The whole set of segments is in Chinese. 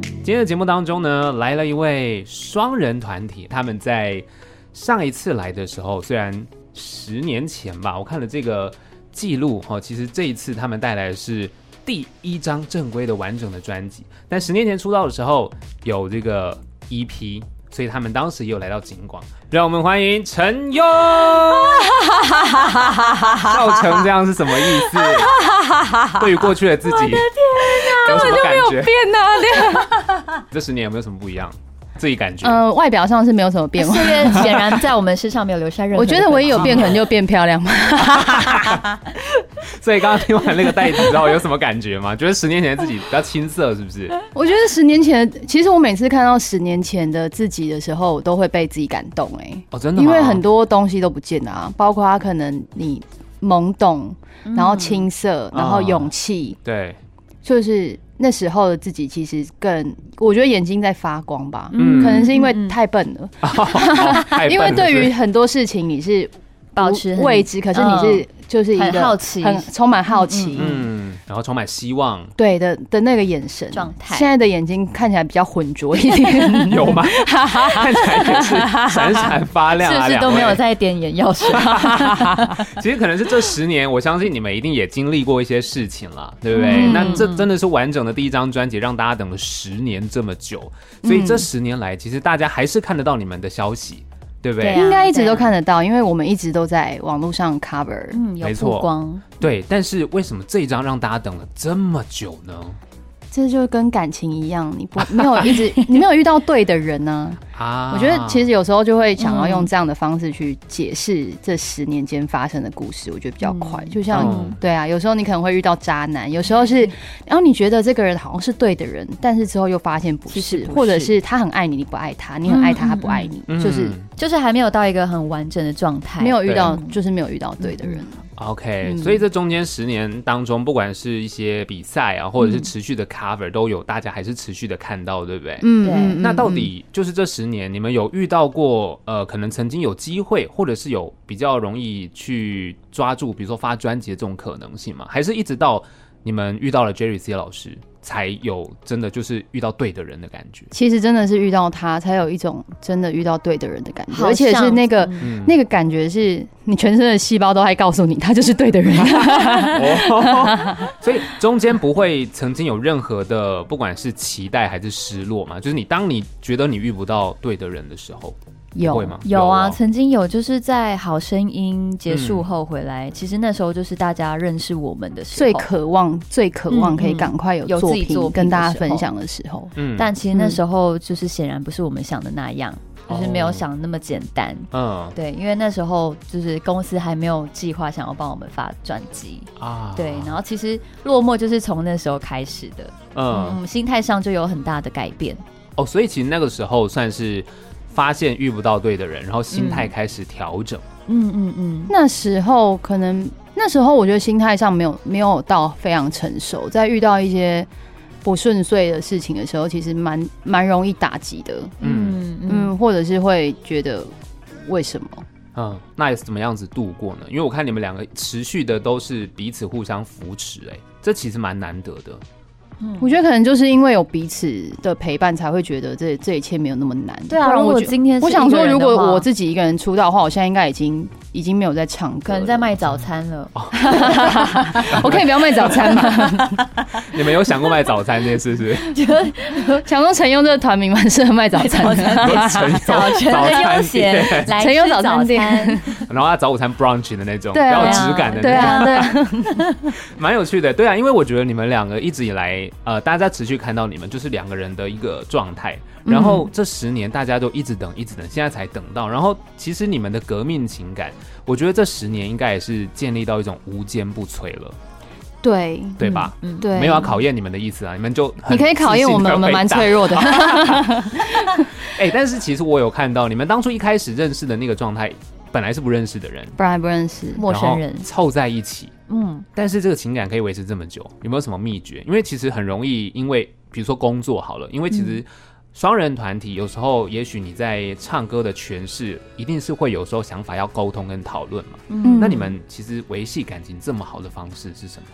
今天的节目当中呢，来了一位双人团体，他们在上一次来的时候，虽然十年前吧，我看了这个记录哈、哦，其实这一次他们带来的是第一张正规的完整的专辑，但十年前出道的时候有这个 EP。所以他们当时也有来到景广，让我们欢迎陈 优。笑成这样是什么意思？对于过去的自己，有根什本么就没感有觉？变啊！连这十年有没有什么不一样？自己感觉？ 呃，外表上是没有什么变化。岁月显然在我们身上没有留下 任何。我觉得唯一有变，可能就变漂亮吧。所以刚刚听完那个袋子之后，有什么感觉吗？觉得十年前的自己比较青涩，是不是？ 我觉得十年前，其实我每次看到十年前的自己的时候，我都会被自己感动哎、哦，真的因吗，为很多东西都不见了啊，包括可能你懵懂，然后青涩，然后勇气， 对，就是那时候的自己其实更，我觉得眼睛在发光吧，嗯可能是因为嗯嗯太笨了，哦太笨因为了对是不于是很多事情你是保持很未知，可是你是就是一个很好奇很充满好奇，嗯，然后充满希望，。对的的那个眼神状态现在的眼睛看起来比较浑浊一点 有吗？看起来也是闪闪发亮是啊，不是两都没有位在点眼药 水？其实可能是这十年，我相信你们一定也经历过一些事情啦，对不对？嗯那这真的是完整的第一张专辑，让大家等了十年这么久，所以这十年来，其实大家还是看得到你们的消息，对不对？对啊应该一直都看得到，因为我们一直都在网络上 cover。嗯，有没错曝光，对但是为什么这一张让大家等了这么久呢？这就跟感情一样，你不没有一 直你没有遇到对的人呢、啊，我觉得其实实有时候就会想要用这样的方式去解释这十年间发生的故事，我觉得比较快。就像、嗯对啊，有时候你可能会遇到渣男，有时候是然后你觉得这个人好像是对的人，但是之后又发现不其是，嗯实不是或者是他很爱你，你不爱他；你很爱他，他不爱你，就是嗯就是还没有到一个很完整的状态，没有遇到对，就是没有遇到对的人。 OK，、嗯所以这中间十年当中，不管是一些比赛啊，或者嗯是持续的 cover，、都有大家还是持续的看到，对不对？对嗯那到底就是这十年，你们有遇到过呃，可能曾经有机会，或者是有比较容易去抓住，比如说发专辑的这种可能性吗？还是一直到你们遇到了 Jerry C 老师，才有真的就是遇到对的人的感觉？其实真的是遇到他，才有一种真的遇到对的人的感觉，好而且是像那个嗯嗯，那个感觉是你全身的细胞都还告诉你，他就是对的人。哦， 所以中间不会曾经有任何的，不管是期待还是失落嘛，就是你当你觉得你遇不到对的人的时候，会有吗？有啊，哦曾经有，就是在《好声音》结束后回嗯来，其实那时候就是大家认识我们的时候，最渴望、最渴望可以赶快有嗯有作自己品作品跟大的家时分候享的时候，嗯但其实那时候就是显然不是我们想的那样，就是没有哦想的那么简单。嗯对，因为那时候就是公司还没有计划想要帮我们发专辑，啊，对，然后其实落寞就是从那时候开始的，嗯，我嗯们心态上就有很大的改变，哦，所以其实那个时候算是发现遇不到对的人，然后心态开始调整。嗯嗯嗯，那时候可能那时候我觉得心态上没有没有到非常成熟，在遇到一些不顺遂的事情的时候，其实蛮蛮容易打击的，嗯嗯嗯，或者是会觉得为什么？嗯，那也是怎么样子度过呢？因为我看你们两个持续的都是彼此互相扶持、哎，这其实蛮难得的。嗯我觉得可能就是因为有彼此的陪伴，才会觉得这这一切没有那么难。对啊，不然如我果觉今天是我想一个说，人如的果话我自己一个人出道的话，我现在应该已经已经没有在唱歌，可能在。卖早餐了， 我可以不要卖早餐吗？ 你们有想过卖早餐这件事是不是？ 想说陈用这个团名蛮适合卖早餐的。 晨早早晨的悠闲早餐，来晨吃有早早餐店餐，然后他早午餐 brunch 的那种，比对啊较质感的那种，对啊，对啊，蛮有趣的，对啊，因为我觉得你们两个一直以来，呃，大家持续看到你们就是两个人的一个状态，然后这十年大家都一直等，一直等，现在才等到，然后其实你们的革命情感，我觉得这十年应该也是建立到一种无坚不摧了，对对吧？嗯，嗯对，没有要考验你们的意思啊，你们就你可以考验我们，我们蛮脆弱。弱的。 哎、但是其实我有看到你们当初一开始认识的那个状态，本来是不认识的人，不然还不认识。陌然生后人，凑在一起，嗯，但是这个情感可以维持这么久，有没有什么秘诀？因为其实很容易，因为比如说工作好了，因为其实双人团体有时候，也许你在唱歌的诠释，一定是会有时候想法要沟通跟讨论嘛。嗯那你们其实维系感情这么好的方式是什么？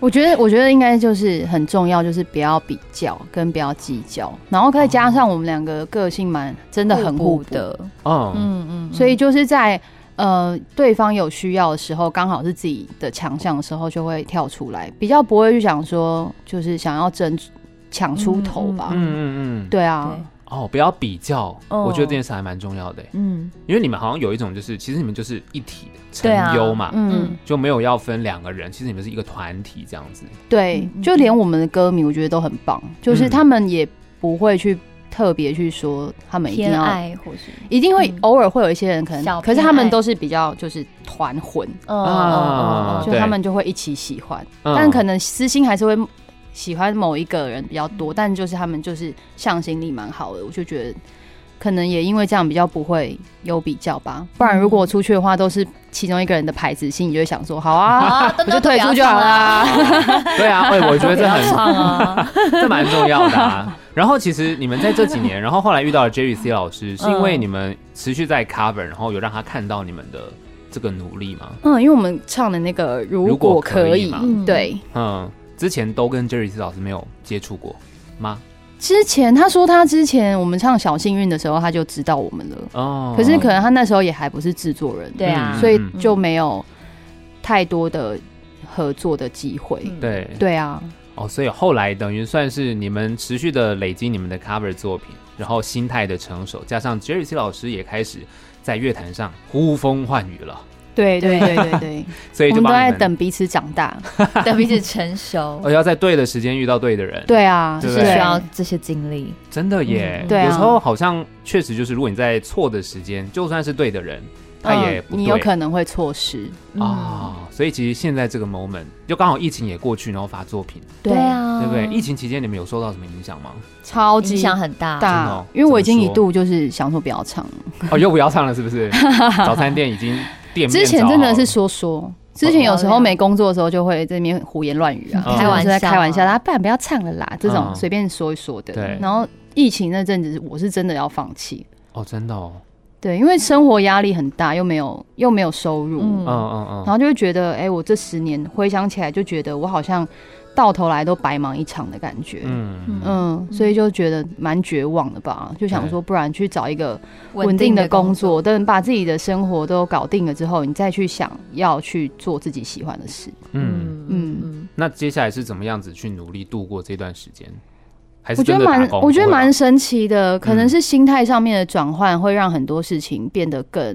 我觉得，我觉得应该就是很重要，就是不要比较跟不要计较，然后再加上我们两个个性蛮真的很互互补补，的，嗯，嗯嗯，所以就是在呃对方有需要的时候，刚好是自己的强项的时候，就会跳出来，比较不会去想说就是想要争抢出头吧。嗯嗯嗯，对啊，对哦，不要比较，哦我觉得这件事还蛮重要的，嗯因为你们好像有一种就是，其实你们就是一体的对啊成优嘛，嗯嗯，就没有要分两个人，其实你们是一个团体这样子。对嗯，就连我们的歌迷，我觉得都很棒，就是嗯他们也不会去特别去说他们一定偏要。爱或是一定会嗯偶尔会有一些人可能，小可是偏他们爱都是比较就是团魂，嗯啊嗯嗯就对他们就会一起喜欢，嗯但可能私心还是会喜欢某一个人比较多，但就是他们就是向心力蛮好的，我就觉得可能也因为这样比较不会有比较吧。不然如果我出去的话都是其中一个人的牌子，心里就会想说好嗯 啊，啊，我我就退出就好啦。 对啊，哎、我觉得不这要很唱啊，这蛮重要的、啊。然后其实你们在这几年，然后后来遇到了 Jerry C 老师，是因为你们持续在 cover，然后有让他看到你们的这个努力吗？嗯，因为我们唱的那个如如果果可可以以嘛，对，嗯，之前都跟 Jerry C 老师没有接触过吗？之前他说他之前我们唱《小幸运》的时候他就知道我们了，哦，可是可能他那时候也还不是制作人，对啊嗯所以就没有太多的合作的机会。嗯对对啊，哦，所以后来等于算是你们持续的累积你们的 cover 作品，然后心态的成熟，加上 Jerry C 老师也开始在乐坛上呼风唤雨了，对对对对对对， 所以我就们都帮在你们，哦等彼此长大。等彼此成熟而，要在对的时间遇到对的人， 对啊，对就不是对需要这些经历，真的耶，嗯对啊有时候好像确实就是，如果你在错的时间，就算是对的人，他也嗯不对、你有可能会错失。嗯啊、所以其实现在这个 moment，就刚好疫情也过去，然后发作品，对，啊，嗯对不对？疫情期间你们有受到什么影响吗？ 超影级响很大，真的大哦，因为我已经怎么说一度就是想说不要唱了，哦，又不要唱了，是不 是？早餐店已经店面之前找好真的了是说哦说。之前有时候没工作的时候，就会在那边胡言乱语啊，嗯就是我是在开玩笑啊开玩笑，啊，不然不要唱了啦，这种嗯随便说一说的对。然后疫情那阵子，我是真的要放弃，哦，真的哦，对，因为生活压力很大，又没有又没有收入，嗯嗯嗯嗯，然后就会觉得，哎、我这十年回想起来，就觉得我好像到头来都白忙一场的感觉。嗯嗯嗯，嗯，所以就觉得蛮绝望的吧，就想说，不然去找一个稳定定的工工作，等把自己的生活都搞定了之后，你再去想要去做自己喜欢的事。嗯，嗯嗯那接下来是怎么样子去努力度过这段时间？还是我觉真得的打蛮，工我觉得不会吧蛮神奇的，可嗯能是心态上面的转换，会让很多事情变得更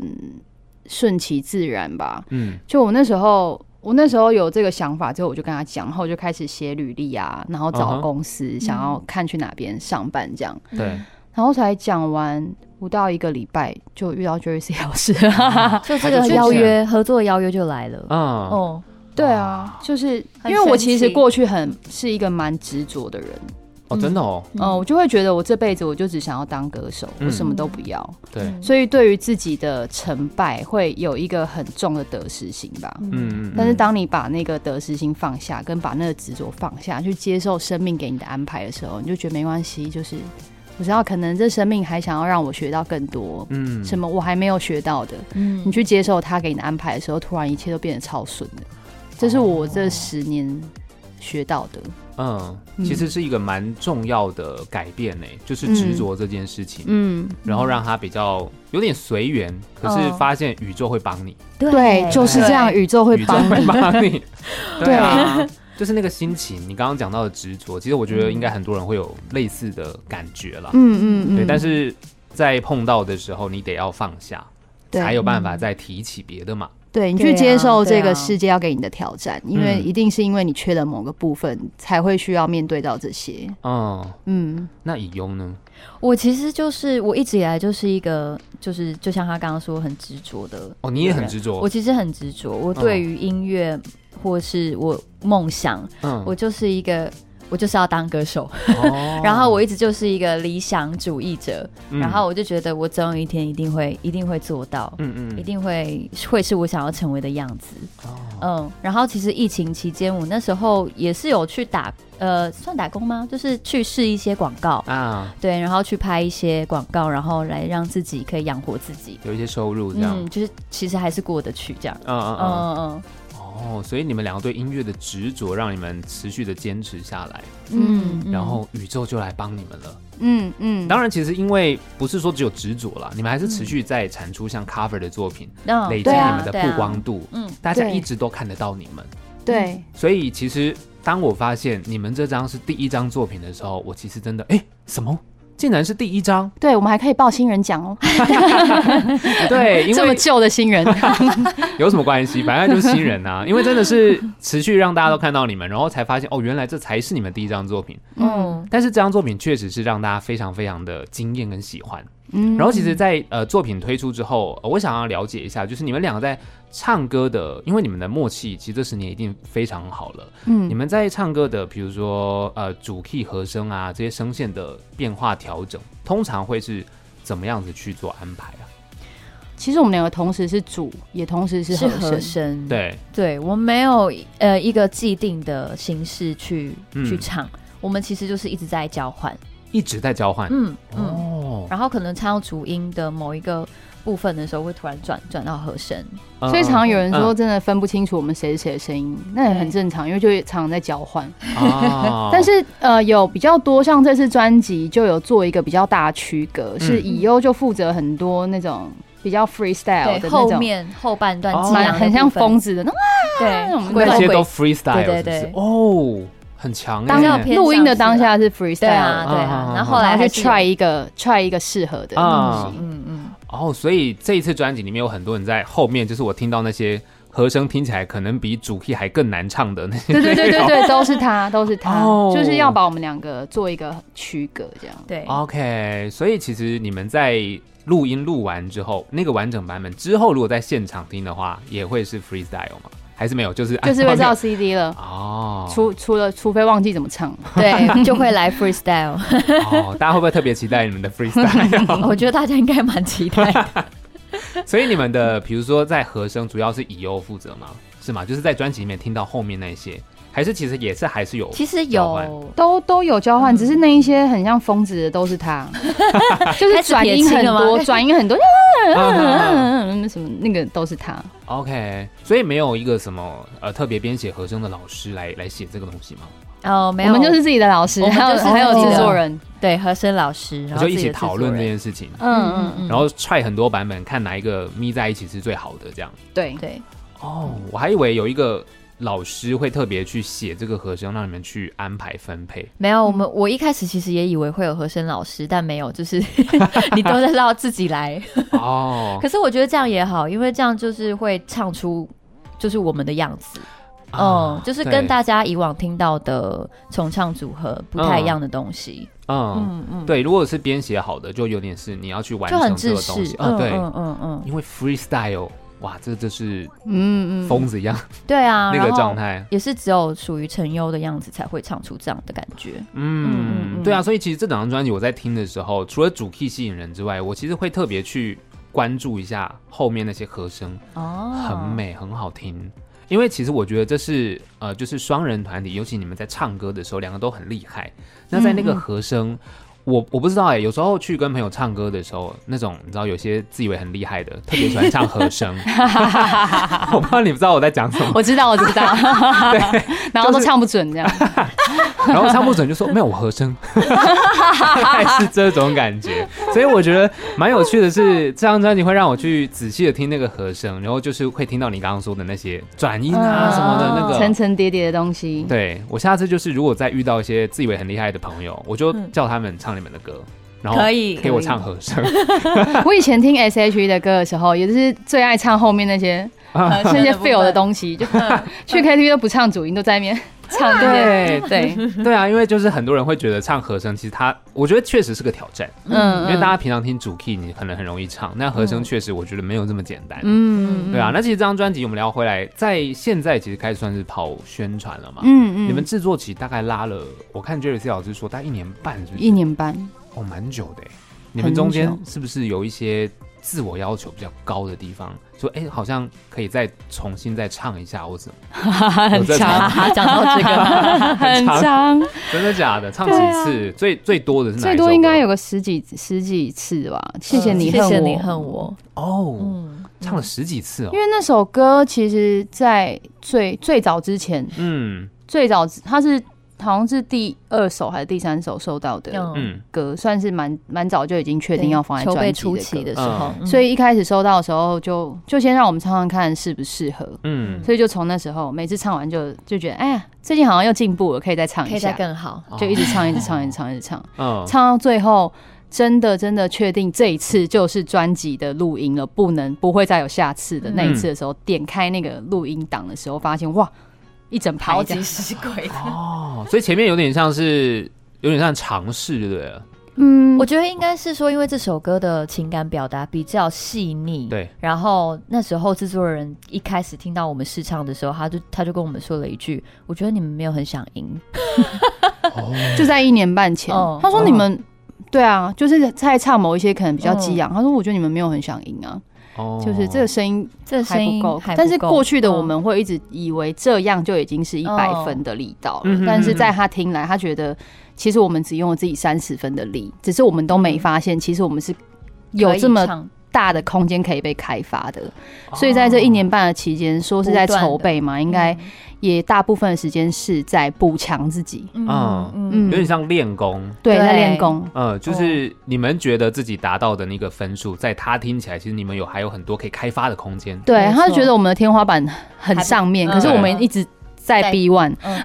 顺其自然吧。嗯就我那时候，我那时候有这个想法之后，我就跟他讲，然后我就开始写履历啊，然后嗯哼找公司想要看去哪边上班这样，嗯对，然后才讲完不到一个礼拜就遇到 Jersey 老师，就这个他就邀出现约合作邀约就来了，嗯哦， 对啊，就是因很为我神奇其实过去很是一个蛮执着的人，哦，真的哦，嗯、我就会觉得我这辈子我就只想要当歌手，嗯我什么都不要，对，嗯所以对于自己的成败会有一个很重的得失心吧，嗯，嗯但是当你把那个得失心放下，跟把那个执着放下，去接受生命给你的安排的时候，你就觉得没关系，就是我知道可能这生命还想要让我学到更多。嗯什么我还没有学到的，嗯你去接受他给你的安排的时候，突然一切都变得超顺的，这是我这十年学到的。嗯，嗯其实是一个蛮重要的改变呢，嗯就是执着这件事情，嗯，然后让它比较有点随缘，可是哦发现宇宙会帮你，对，就是这样，对宇宙会宇宙帮会你。帮 你，对啊。就是那个心情，你刚刚讲到的执着，其实我觉得应该很多人会有类似的感觉啦。嗯嗯嗯，对，但是在碰到的时候，你得要放下，对才有办法再提起别的嘛。嗯对你对去接啊受对这个啊世界要给你的挑战，因为嗯一定是因为你缺了某个部分，才会需要面对到这些。嗯，嗯，那以庸呢？我其实就是我一直以来就是一个就是就像他刚刚说很执着的，哦，你也很执我着，其实很执着，我嗯对于音乐或是我梦想，嗯我就是一个。我就是要当歌手，哦然后我 一直就是一个理想主义者，嗯然后我就觉得我总有一天一定会一定会做到，嗯嗯，一定会会是我想要成为的样子。哦嗯，然后其实疫情期间，我那时候也是有去打呃，算打工吗？就是去试一些广告，啊，对，然后去拍一些广告，然后来让自己可以养活自己。有一些收入这样，嗯，就是其实还是过得去这样。嗯嗯嗯嗯，嗯嗯，哦，哦，所以你们两个对音乐的执着，让你们持续的坚持下来，嗯，嗯然后宇宙就来帮你们了。嗯嗯，当然，其实因为不是说只有执着啦，你们还是持续在产出像 cover 的作品，嗯累积对啊你们的对曝啊光度，嗯大家对一直都看得到你们。对，，所以其实当我发现你们这张是第一张作品的时候，我其实真的哎、诶什么？竟然是第一 张对我们还可以报新人奖哦，对，因这么为旧的新人，有什么关系？反正就是新人啊， 因为真的是持续让大家都看到你们，然后才发现哦，原来这才是你们第一张作品。嗯但是这张作品确实是让大家非常非常的惊艳跟喜欢。嗯然后其实在，呃作品推出之后、呃我想要了解一下，就是你们两个在唱歌的，因为你们的默契其实这十年一定非常好了。嗯你们在唱歌的，比如说呃主 key 和声啊这些声线的变化调整，通常会是怎么样子去做安排啊？ 其实我们两个同时是主，也同时是是和和声。声，对，对，我没有呃一个既定的形式去、嗯哦去唱，我们其实就是一直在交换，一直在交换。嗯嗯，哦，然后可能唱到主音的某一个部分的时候，会突然转转到和声，嗯所以常常有人嗯说真的分不清楚我们谁是谁的声音，那也很正嗯常，因为就常常在交换。哦但是呃，有比较多像这次专辑就有做一个比较大的区嗯隔，是以优就负责很多那种比较 freestyle 哎的那对，后种，面后半段哦激蛮昂的很像部分疯，子的那种对那，种那鬼些都对 freestyle，对是不是对哦，很强当哎、要偏录音的向当是下是对 freestyle，哦啊嗯对嗯啊嗯，然后后后来来还去是 try 一个 try 一个适合的啊东有西。嗯嗯，哦，所以这一次专辑里面有很多人在后面，就是我听到那些和声听起来可能比主 key 还更难唱的那些对对对对内容。对，都是他，都是他哦，就是要把我们两个做一个区隔，这样。对， OK，所以其实你们在录音录完之后，那个完整版本之后，如果在现场听的话，也会是 freestyle 吗？还是没有？就是就是会按照照 CD 了。哦，除除了，除非忘记怎么唱，对， 就会来 freestyle。哦，大家会不会特别期待你们的哎 freestyle？ 我觉得大家应该蛮期待的。所以你们的，比如说在和声，主要是以优负责吗？是吗？就是在专辑里面听到后面那些，还是其实也是还是有其实交换有，都都有交换，只是那一些很像疯子的都是他，就是转音很开始撇清了多，吗转音很多，嗯嗯嗯嗯嗯，什么那个都是他。 OK，所以没有一个什么呃特别编写和声的老师来来写这个东西吗？哦，没我有，们就是自己的老师，我们还有就是还有自己的制作人，对和声老师，然后就自己一的起制讨作论这人，件事情，嗯嗯嗯，然后踹很多版本，看哪一个咪在一起是最好的这样。对，对，哦，我还以为有一个老师会特别去写这个和声，让你们去安排分配。没有我们，嗯我一开始其实也以为会有和声老师，但没有，就是 你都是要自己来。哦可，是我觉得这样也好，因为这样就是会唱出就是我们的样子，啊哦嗯，就是跟大家以往听到的重唱组合不太一样的东西，对嗯。嗯嗯，对，如果是编写好的，就有点是你要去完就很成这自个东私西，。啊，对，嗯嗯嗯，因为 freestyle，哇，这就是嗯嗯，疯子一样、对啊，那然个后状态。也是只有属于陈优的样子才会唱出这样的感觉。嗯嗯嗯，嗯对啊，所以其实这两张专辑我在听的时候，除了主 key 吸引人之外，我其实会特别去关注一下后面那些和声，哦，很。美，很好听。因为其实我觉得这是呃，就是双人团体，尤其你们在唱歌的时候，两个都很厉害。那在那个和声，我我不知道哎、有时候去跟朋友唱歌的时候，那种你知道有些自以为很厉害的，特别喜欢唱和声。我不知道你不知道我在讲什么， 我知道我知道，然后都唱不准这样，然后唱不准就说没有我和声， 大概是这种感觉。所以我觉得蛮有趣的是，这张专辑会让我去仔细的听那个和声，然后就是会听到你刚刚说的那些转音啊什么的那个。嗯层层叠叠的东西。对我下次就是，如果再遇到一些自以为很厉害的朋友，我嗯就叫他们唱你们的歌，然后可以给我唱和声， 我以前听 S.H.E 的歌的时候，也就是最爱唱后面那些啊 那些 feel 的嗯东西，就去 KTV 都不唱主音，都在那边唱这些。对， 对啊，因为就是很多人会觉得唱和声，其实它我觉得确实是个挑战，因嗯为大家家平常听主 key 你可能很容易唱，那和声确实我觉得没有这么简单。嗯对啊，，那其实这张专辑我们聊回来，在现在其实开始算是跑宣传了嘛。嗯嗯，你们制作期大概拉了，我看 Jerry C 老师说大概一年半，是不是？一年半，哦，蛮久的欸。你们中间是不是有一些自我要求比较高的地方，说哎、好像可以再重新再唱一下，或者 很在长，讲到这 个，很长，真的假的，唱对几啊次？最最多的是哪一最多应该首有个十几十几次吧。谢谢你 嗯谢恨我，谢你恨我，歌哦，嗯，唱了十几次哦因，为那首歌其实，在最最早之前，嗯最早它是好像是第二首还是第三首收到的嗯嗯歌，算是蛮蛮早就已经确定要放在筹备专辑初期的的歌。时候，嗯所以以一开始收到的时候就就先让我们唱唱看适不适合，嗯，所以就从那时候每次唱完就就觉得，哎呀，最近好像又进步了，可以再唱可一以再下，更好，哦就一直唱，一直唱，一直唱，一直唱，嗯唱到最后，真的真的确定这一次就是专辑的录音了，不能不会再有下次的那一次的时候，点开那个录音档的时候，发现哇，一整排超这级样， 吸鬼。哦，所以前面有点像是有点像尝试，对不对了？嗯，我我觉得应该是说，因为这首歌的情感表达比较细腻， 对，然后那时候制作人一开始听到我们试唱的时候，他就他就跟我们说了一句：“我觉得你们没有很想赢。就在一年半前，哦他说哦你们。对啊，就是在唱某一些可能比较激昂。他说：“我觉得你们没有很想赢啊，哦，就是这个声音”这个还声不音够。还不但是够过去的嗯我们会一直以为这样就已经是一百哦分的力道了，嗯哼但是在他听来，他觉得其实我们只用了自己三十分的力，只是我们都没发现，其实我们是有嗯可以这么唱大的空间可以被开发的。哦所以在这一年半的期间，说是在筹备嘛，应该嗯也大部分的时间是在补强自己，嗯嗯有嗯点像练功。对，对在练功。呃，就是你们觉得自己达到的那个分数，在他听起来，其实你们有还有很多可以开发的空间。对，没他错觉得我们的天花板很上面，还可不是我嗯们一直在在 B one，嗯，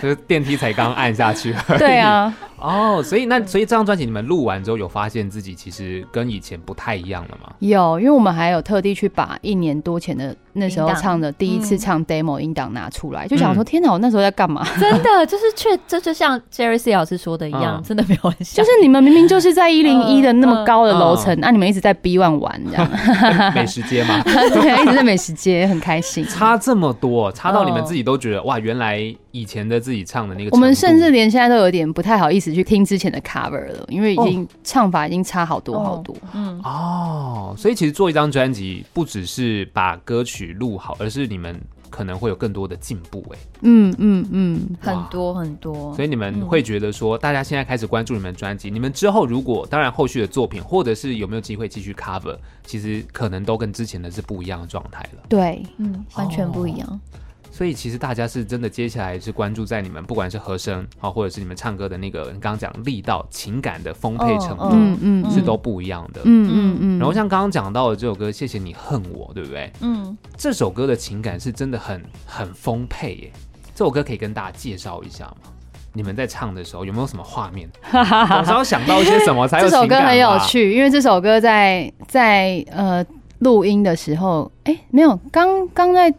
就是电梯才刚按下去。 对。啊， 哦，所以那所以这张专辑你们录完之后，有发现自己其实跟以前不太一样了吗？ 有，因为我们还有特地去把一年多前的那时候音档唱的第一次嗯唱 demo 音档拿出来，就想说嗯天哪，我那时候在干嘛？ 真的就是确这就像 Jerry C 老师说的一样，嗯真的没有很想就赢，是你们明明就是在一零一 的那么高的楼层啊嗯，那、你们一直在 B one 玩 这样，美食街嘛，对，一直在美食街，很开心。差这么多，差到你们自己都觉得哇，原来以前的自己唱的那个程度，哦我们甚至连现在都有点不太好意思去听之前的 cover 了，因为已哦经、唱法已经差好多好多。嗯，哦，所以其实做一张专辑不只是把歌曲录好，而是你们可能会有更多的进步哎。嗯嗯嗯，很多很多，所以你们嗯会觉得说，大家现在开始关注你们专辑，你们之后如果当然后续的作品，或者是有没有机会继续 cover，其实可能都跟之前的是不一样的状态了。对，嗯，完全不一样。所以其实大家是真的接下来是关注在你们不管是和声啊，或者是你们唱歌的那个你刚刚讲力道、情感的丰沛程哦度，嗯嗯嗯是都不一样的。嗯嗯嗯。然后像刚刚讲到的这首歌《谢谢你恨我》，对不对？嗯，这首歌的情感是真的很很丰沛耶。这首歌可以跟大家介绍一下吗？你们在唱的时候有没有什么画 面？总是要想到一些什么才有这情首感歌很有吧。趣，因为这首歌在在呃录音的时候，哎、没有，刚刚在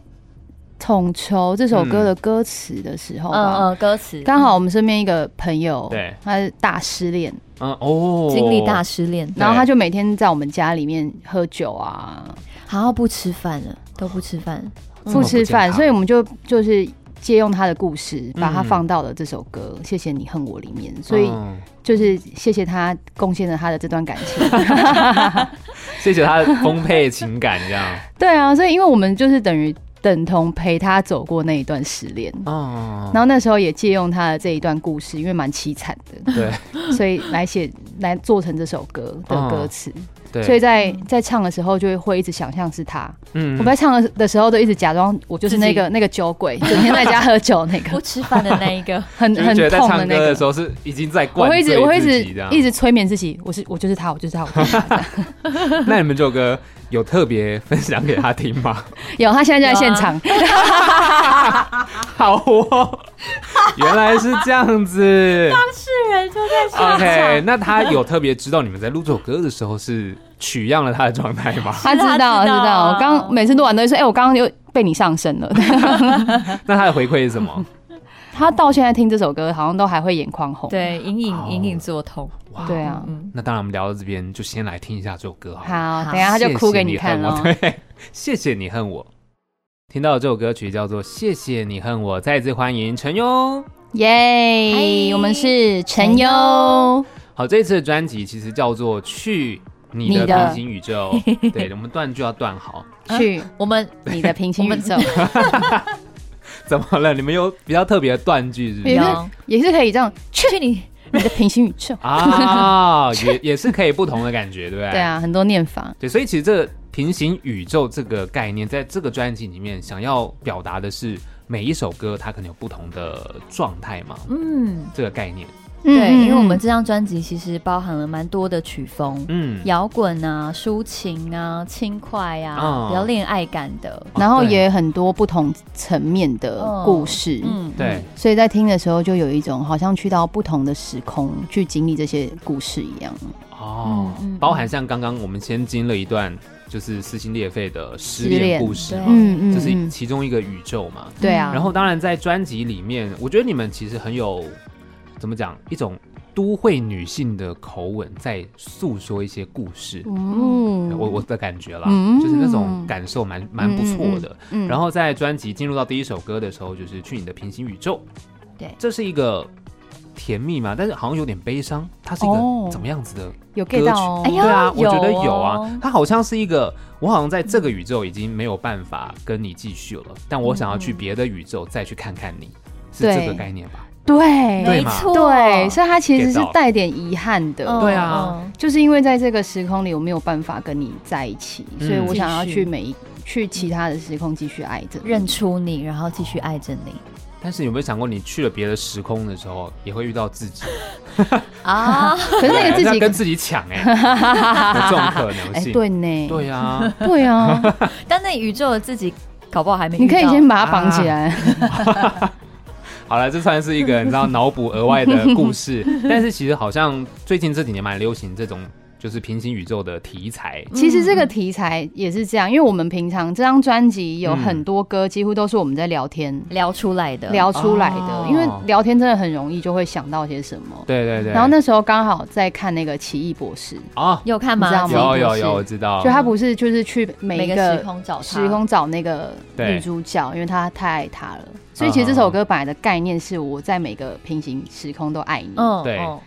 统筹这嗯首歌的歌词的时候嗯吧，嗯，歌词刚、好我们身边一个朋友，对他是大失恋，嗯哦，经历大失恋，然后他就每天在我们家里面喝酒啊，然后不吃饭了，都不吃饭，这么嗯不不吃健饭，康所以我们就就是。借用他的故事，把它嗯放到了这首歌《谢谢你恨我》里面，所以嗯就是谢谢他贡献了他的这段感情。谢谢他的丰沛的情感，这样。对啊，所以因为我们就是等于等同陪他走过那一段失恋，哦，然后那时候也借用他的这一段故事，因为蛮凄惨 的，对所以来写来做成这首歌的歌词。哦对，所以在在唱的时候，就会会一直想象是他。嗯我在唱的时候都一直假装我就是那个那个酒鬼，整天在家喝酒那不 个，吃饭的那一个，很就是很觉得在痛唱那歌的时个。候是已经在我灌会一醉自己直这样，我会一直一直催眠自己，我是我就是他，我就是他。我 就是他那你们这首歌有特别分享给他听吗？有，他现在就在有现啊 场。好 哦，原来是这样子。是人就 在 OK，那他有特别知道你们在录这首歌的时候是取样了他的状态 吗？他知他知道，他知道道。啊我刚每次录完都会说，哎、我刚刚又被你上身了。那他的回馈是什么？他到现在听这首歌，好像都还会眼眶红。，对，隐哦隐隐隐作痛，哇对啊嗯，那当然，我们聊到这边就先来听一下这首歌好了。好，好等一下他就哭给你看了了。。 对，谢谢你恨我。听到的这首歌曲叫做《谢谢你恨我》，再次欢迎陈优。耶嗨我们是陈陈优优，好，这次的专辑其实叫做《去你的你的平行宇 宙，对我们断就要断好。去我们你的平行宇宙，怎么了？你们有比较特别的断句是不也是。是？有 也是可以这样，去你你的平行宇宙啊，也也是可以不同的感觉，对不对？对。啊，很多念法，对，所以其实这个平行宇宙这个概念，在这个专辑里面想要表达的是，每一首歌它可能有不同的状态嘛，嗯，这个概念。对，嗯因为我们这张专辑其实包含了蛮多的曲风，嗯，摇滚啊、抒情啊、轻快啊，哦比较恋爱感的。然后对也很多不同层面的故事，嗯，对，所以在听的时候就有一种好像去到不同的时空去经历这些故事一样。哦，嗯嗯包含像刚刚我们先经了一段就是撕心裂肺的失失恋恋故事对嘛，嗯嗯这是嗯，其中一个宇宙嘛。对啊，然后当然在专辑里面，我觉得你们其实很有怎么讲一种都会女性的口吻，在诉说一些故事。嗯我我的感觉啦，嗯就是那种感受蛮蛮不错的。嗯然后在专辑进入到第一首歌的时候，就是去你的平行宇宙，对这是一个甜蜜嘛，但是好像有点悲伤，它是一哦个怎么样子的有歌 get 曲？到哦，哎呀对啊，我有觉得有啊哦，它好像是一个，我好像在这个宇宙已经没有办法跟你继续了，但我想要去别的宇宙再去看看你，是这个嗯对概念吧？对对嗯没嘛错，对，所以它其实 get 是到带点遗憾的，嗯对啊，嗯就是因为在这个时空里我没有办法跟你在一起，嗯所以我想要继去续每一去其他的时空继续爱着你。认出你，然后继续爱着你但是有没有想过，你去了别的时空的时候，也会遇到自己？啊。可是那个自要己跟自己抢 哎、有这种可能哎、性。对呢，对啊，对 啊， 但那宇宙的自己，搞不好还没遇到。你可以先把它绑起来。 啊好了，这算是一个你知道脑补额外的故 事，但是其实好像最近这几年蛮流行这种就是平行宇宙的题材。其实这个题材也是这样，因为我们平常这张专辑有嗯很多歌，几乎都是我们在聊天聊出来的，聊出来哦的，因为聊天真的很容易就会想到些什么。对对对。然后那时候刚好在看那个《奇异博士》，哦啊，你有看吗？你知道吗有是有有，我知道就。他不是就是去每每一个个时空找他，时空找那个对女主角，因为她太爱她了。所以其实这首歌本来的概念是我在每个平行时空都爱你，嗯，对嗯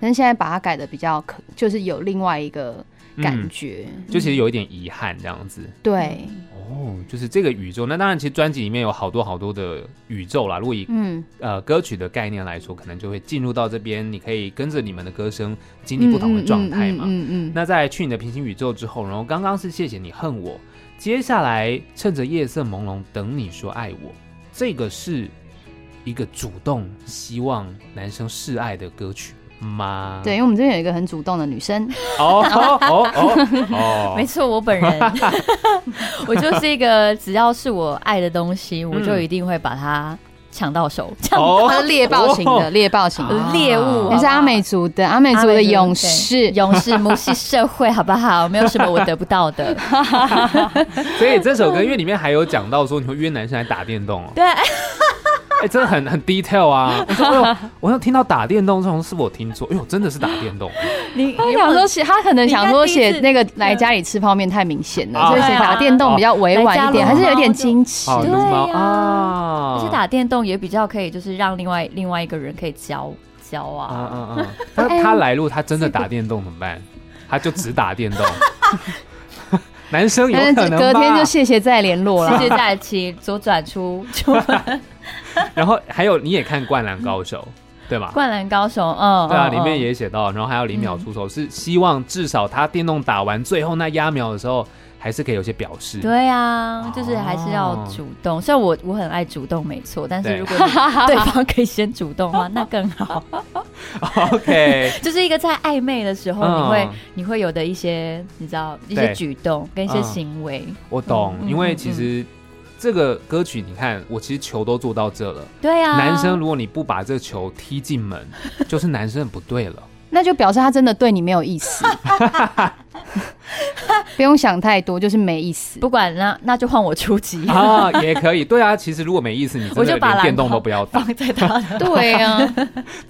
但是现在把它改的比较可，就是有另外一个感嗯觉。就其实有一点遗憾这样子。对，哦，就是这个宇宙。那当然，其实专辑里面有好多好多的宇宙啦。如果以嗯，呃歌曲的概念来说，可能就会进入到这边，你可以跟着你们的歌声经历不同的状态嘛。嗯嗯那在去你的平行宇宙之后，然后刚刚是谢谢你恨我，接下来趁着夜色朦胧等你说爱我，这个是一个主动希望男生示爱的歌曲吗？对，因为我们这边有一个很主动的女生，哦，哦哦哦哦，没错，我本人，我就是一个只要是我爱的东西，我就一定会把它抢到手，抢哦她是猎豹型的，哦猎豹型的，啊猎物。好不好你是阿美族的，阿美阿族哦美的族勇对士。勇士母系社会，好不好？没有什么我得不到的。所以这首歌因为里面还有讲到说你会约男生来打电 动哦，对，哎、真的很很 detail 啊！我说，哎呦，我要听到打电动这种，是不是我听错？哎呦，真的是打电动，啊你他想说写，他可能想说你应该写第一次那个来家里吃泡面太明显啊了，所以写对啊打电动比较委婉一点，来家撸猫还是有点矜持。好撸猫对呀啊！而且打电动也比较可以，就是让另外另外一个人可以教教啊啊。啊啊！他他来路，他真的打电动怎么办？ 他就只打电动。 男生有但是可能隔天吧就谢谢再联络世了界。在起左转出出 然后还有你也看《灌篮高手》，对吧？灌篮高手，嗯，对啊，嗯里面嗯也写到，然后还有零秒出手，是希望至少他电动打完最后那压秒的时候，还是可以有些表示。对啊，就是还是要嗯哦主动。虽然我我很爱主动，没错，但是对如果你 对方可以先主动的话，那更 好。 ，OK，就是一个在暧昧的时候，嗯你会你会有的一些你知道一些对举动跟一些嗯行为，我懂，嗯因为嗯其嗯实这个歌曲，你看，我其实球都做到这了。对啊，男生嗯如果你不把这球踢进门， 就是男生不对了。 那就表示他真的对你没有意思。 不用想太多，就是没意思。不管那那就换我出击， 啊，也可以，对啊，其实如果没意思，你我真的就把连篮电动都筐不要打，放在他的，对啊，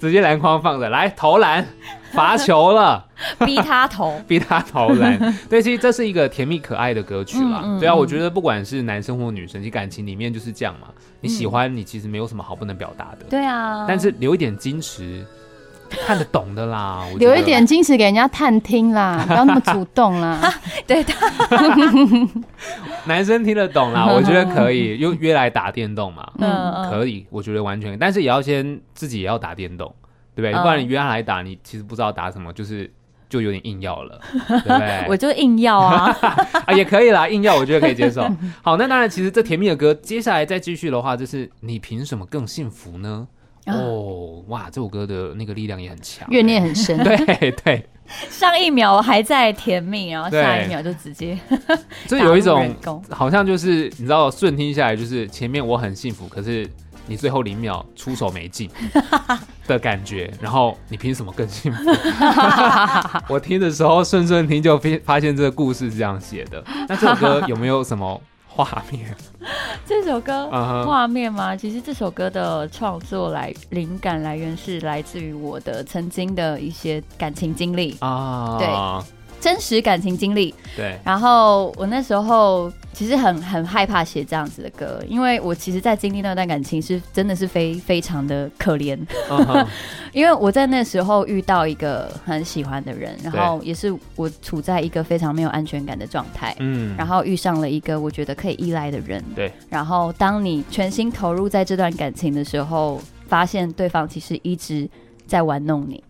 直接篮筐放着来投篮，罚球了，逼他投。逼他投 篮。对，其实这是一个甜蜜可爱的歌曲啦。嗯嗯对啊，嗯我觉得不管是男生或女生，其实感情里面就是这样嘛。你喜欢你其实没有什么好不能表达的，嗯对啊，但是留一点矜持，看得懂的啦。我觉 留得一点矜持给人家探听啦，不要那么主动啦。对他男生听得懂啦， 我觉得可以，又约来打电动嘛，嗯可以，我觉得完全可以，但是也要先自己也要打电动，对不对？嗯不然你约他来打，你其实不知道打什么，就是就有点硬要 了，对不对？我就硬要啊， 啊，也可以啦，硬要我觉得可以接受。好，那当然，其实这甜蜜的歌接下来再继续的话，就是你凭什么更幸福呢？啊哦，哇，这首歌的那个力量也很强， 欸怨念很深， 对对， 上一秒还在甜蜜，然后对下一秒就直接这有一打入种人工好像就是你知道，顺听下来就是前面我很幸福，可是你最后零秒出手没 进的感觉，然后你凭什么更 幸福？我听的时候顺顺听就发发现这个故事是这样写的。那这首歌有没有什么画 面？这首歌嗯哼画面吗？其实这首歌的创作来灵感来源是来自于我的曾经的一些感情经历，啊，真实感情经历。对 对，然后我那时候其实很很害怕写这样子的歌，因为我其实，在经历那段感情是真的是非非常的可怜， 嗯哼因为我在那时候遇到一个很喜欢的人，然后也是我处在一个非常没有安全感的状态。嗯，然后遇上了一个我觉得可以依赖的人，对。然后当你全心投入在这段感情的时候，发现对方其实一直在玩 弄你。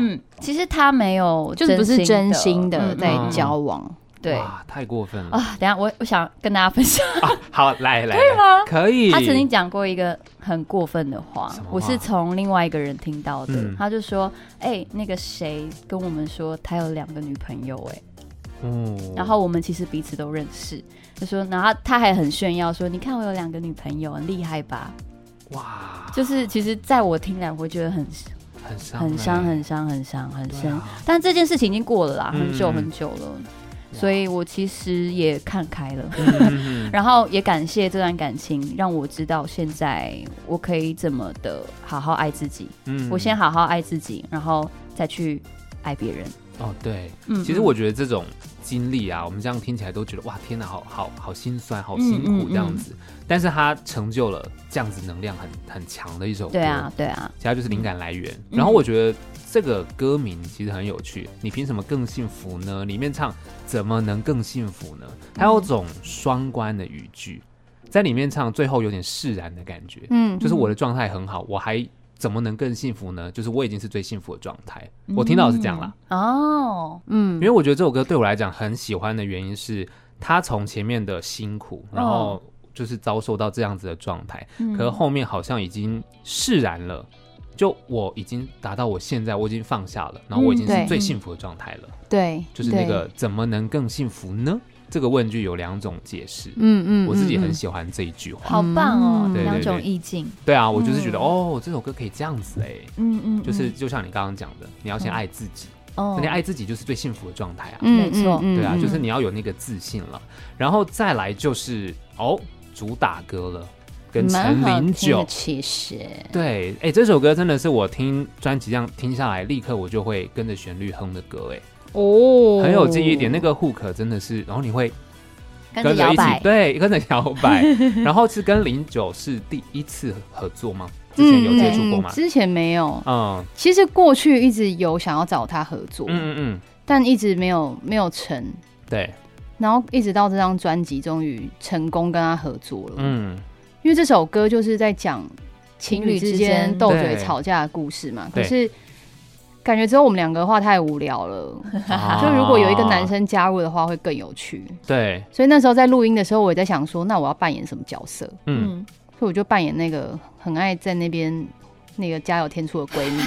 嗯，其实他没有的，就是不是真心的嗯在嗯嗯交往。对啊。哇，太过分了。等一下我我想跟大家分享，好，来来，可以吗？可以。他曾经讲过一个很过分的话什么话，我是从另外一个人听到的嗯，他就说：“哎，那个谁跟我们说他有两个女朋友，哎，嗯然后我们其实彼此都认识。”他说，然后他还很炫耀说：“你看我有两个女朋友，很厉害吧？”哇，就是其实在我听来，我会觉得很很啊伤欸，很伤、很伤、很伤、很对深。啊但这件事情已经过了啦，嗯很久很久了，所以我其实也看开了。 嗯嗯然后也感谢这段感情，让我知道现在我可以怎么的好好爱自己。嗯 我先好好爱自己，然后再去爱别人。哦，对，嗯其实我觉得这种经历啊，我们这样听起来都觉得哇，天哪，好好好心酸，好辛嗯苦嗯这样子。但是它成就了这样子能量很很强的一首歌，对啊，，嗯对啊，其他就是灵感来源。然后我觉得这个歌名其实很有趣，你凭什么更幸福呢？里面唱怎么能更幸福呢？它嗯有种双关的语句，在里面唱最后有点释然的感觉，嗯，就是我的状态很好，我还怎么能更幸福呢？就是我已经是最幸福的状态。我听到的是这样啦，嗯。哦，嗯因为我觉得这首歌对我来讲很喜欢的原因是，它从前面的辛苦，然后哦就是遭受到这样子的状态，嗯可是后面好像已经释然了。就我已经达到我现在，我已经放下了，然后我已经嗯是对最幸福的状态了。对，就是那对个怎么能更幸福呢？这个问句有两种解释，嗯嗯，我自己嗯很嗯喜欢这一句话。好棒哦，嗯两种对对对意境。对啊，我就是觉得、嗯哦，这首歌可以这样子哎、嗯嗯，就是嗯就像你刚刚讲的，你要先爱自己，哦那你爱自己就是最幸福的状态啊。嗯，没错嗯对啊，嗯就是你要有那个自信了，然后再来就是哦，主打歌了，跟蛮陈好零听的九。其实对，哎，这首歌真的是我听专辑这样听下来，立刻我就会跟着旋律哼的歌，哎，哦很有记忆点。那个 hook 真的是，然后你会跟着着摇一起摆，对，跟着摇摆。 然后是跟零九是第一次合作吗？嗯之前有接触过吗？之前没有，嗯其实过去一直有想要找他合作，嗯嗯嗯，但一直没有没有成。对，然后一直到这张专辑终于成功跟他合作了，嗯因为这首歌就是在讲情侣之间斗嘴吵架的故事嘛。对可是感觉只有我们两个的话太无聊了，啊 就如果有一个男，生加入的话会更有趣。对，所以那时候在录音的时候，我也在想说，那我要扮演什么角色？嗯，嗯，所以我就扮演那个很爱在那边那个家有天助的闺蜜。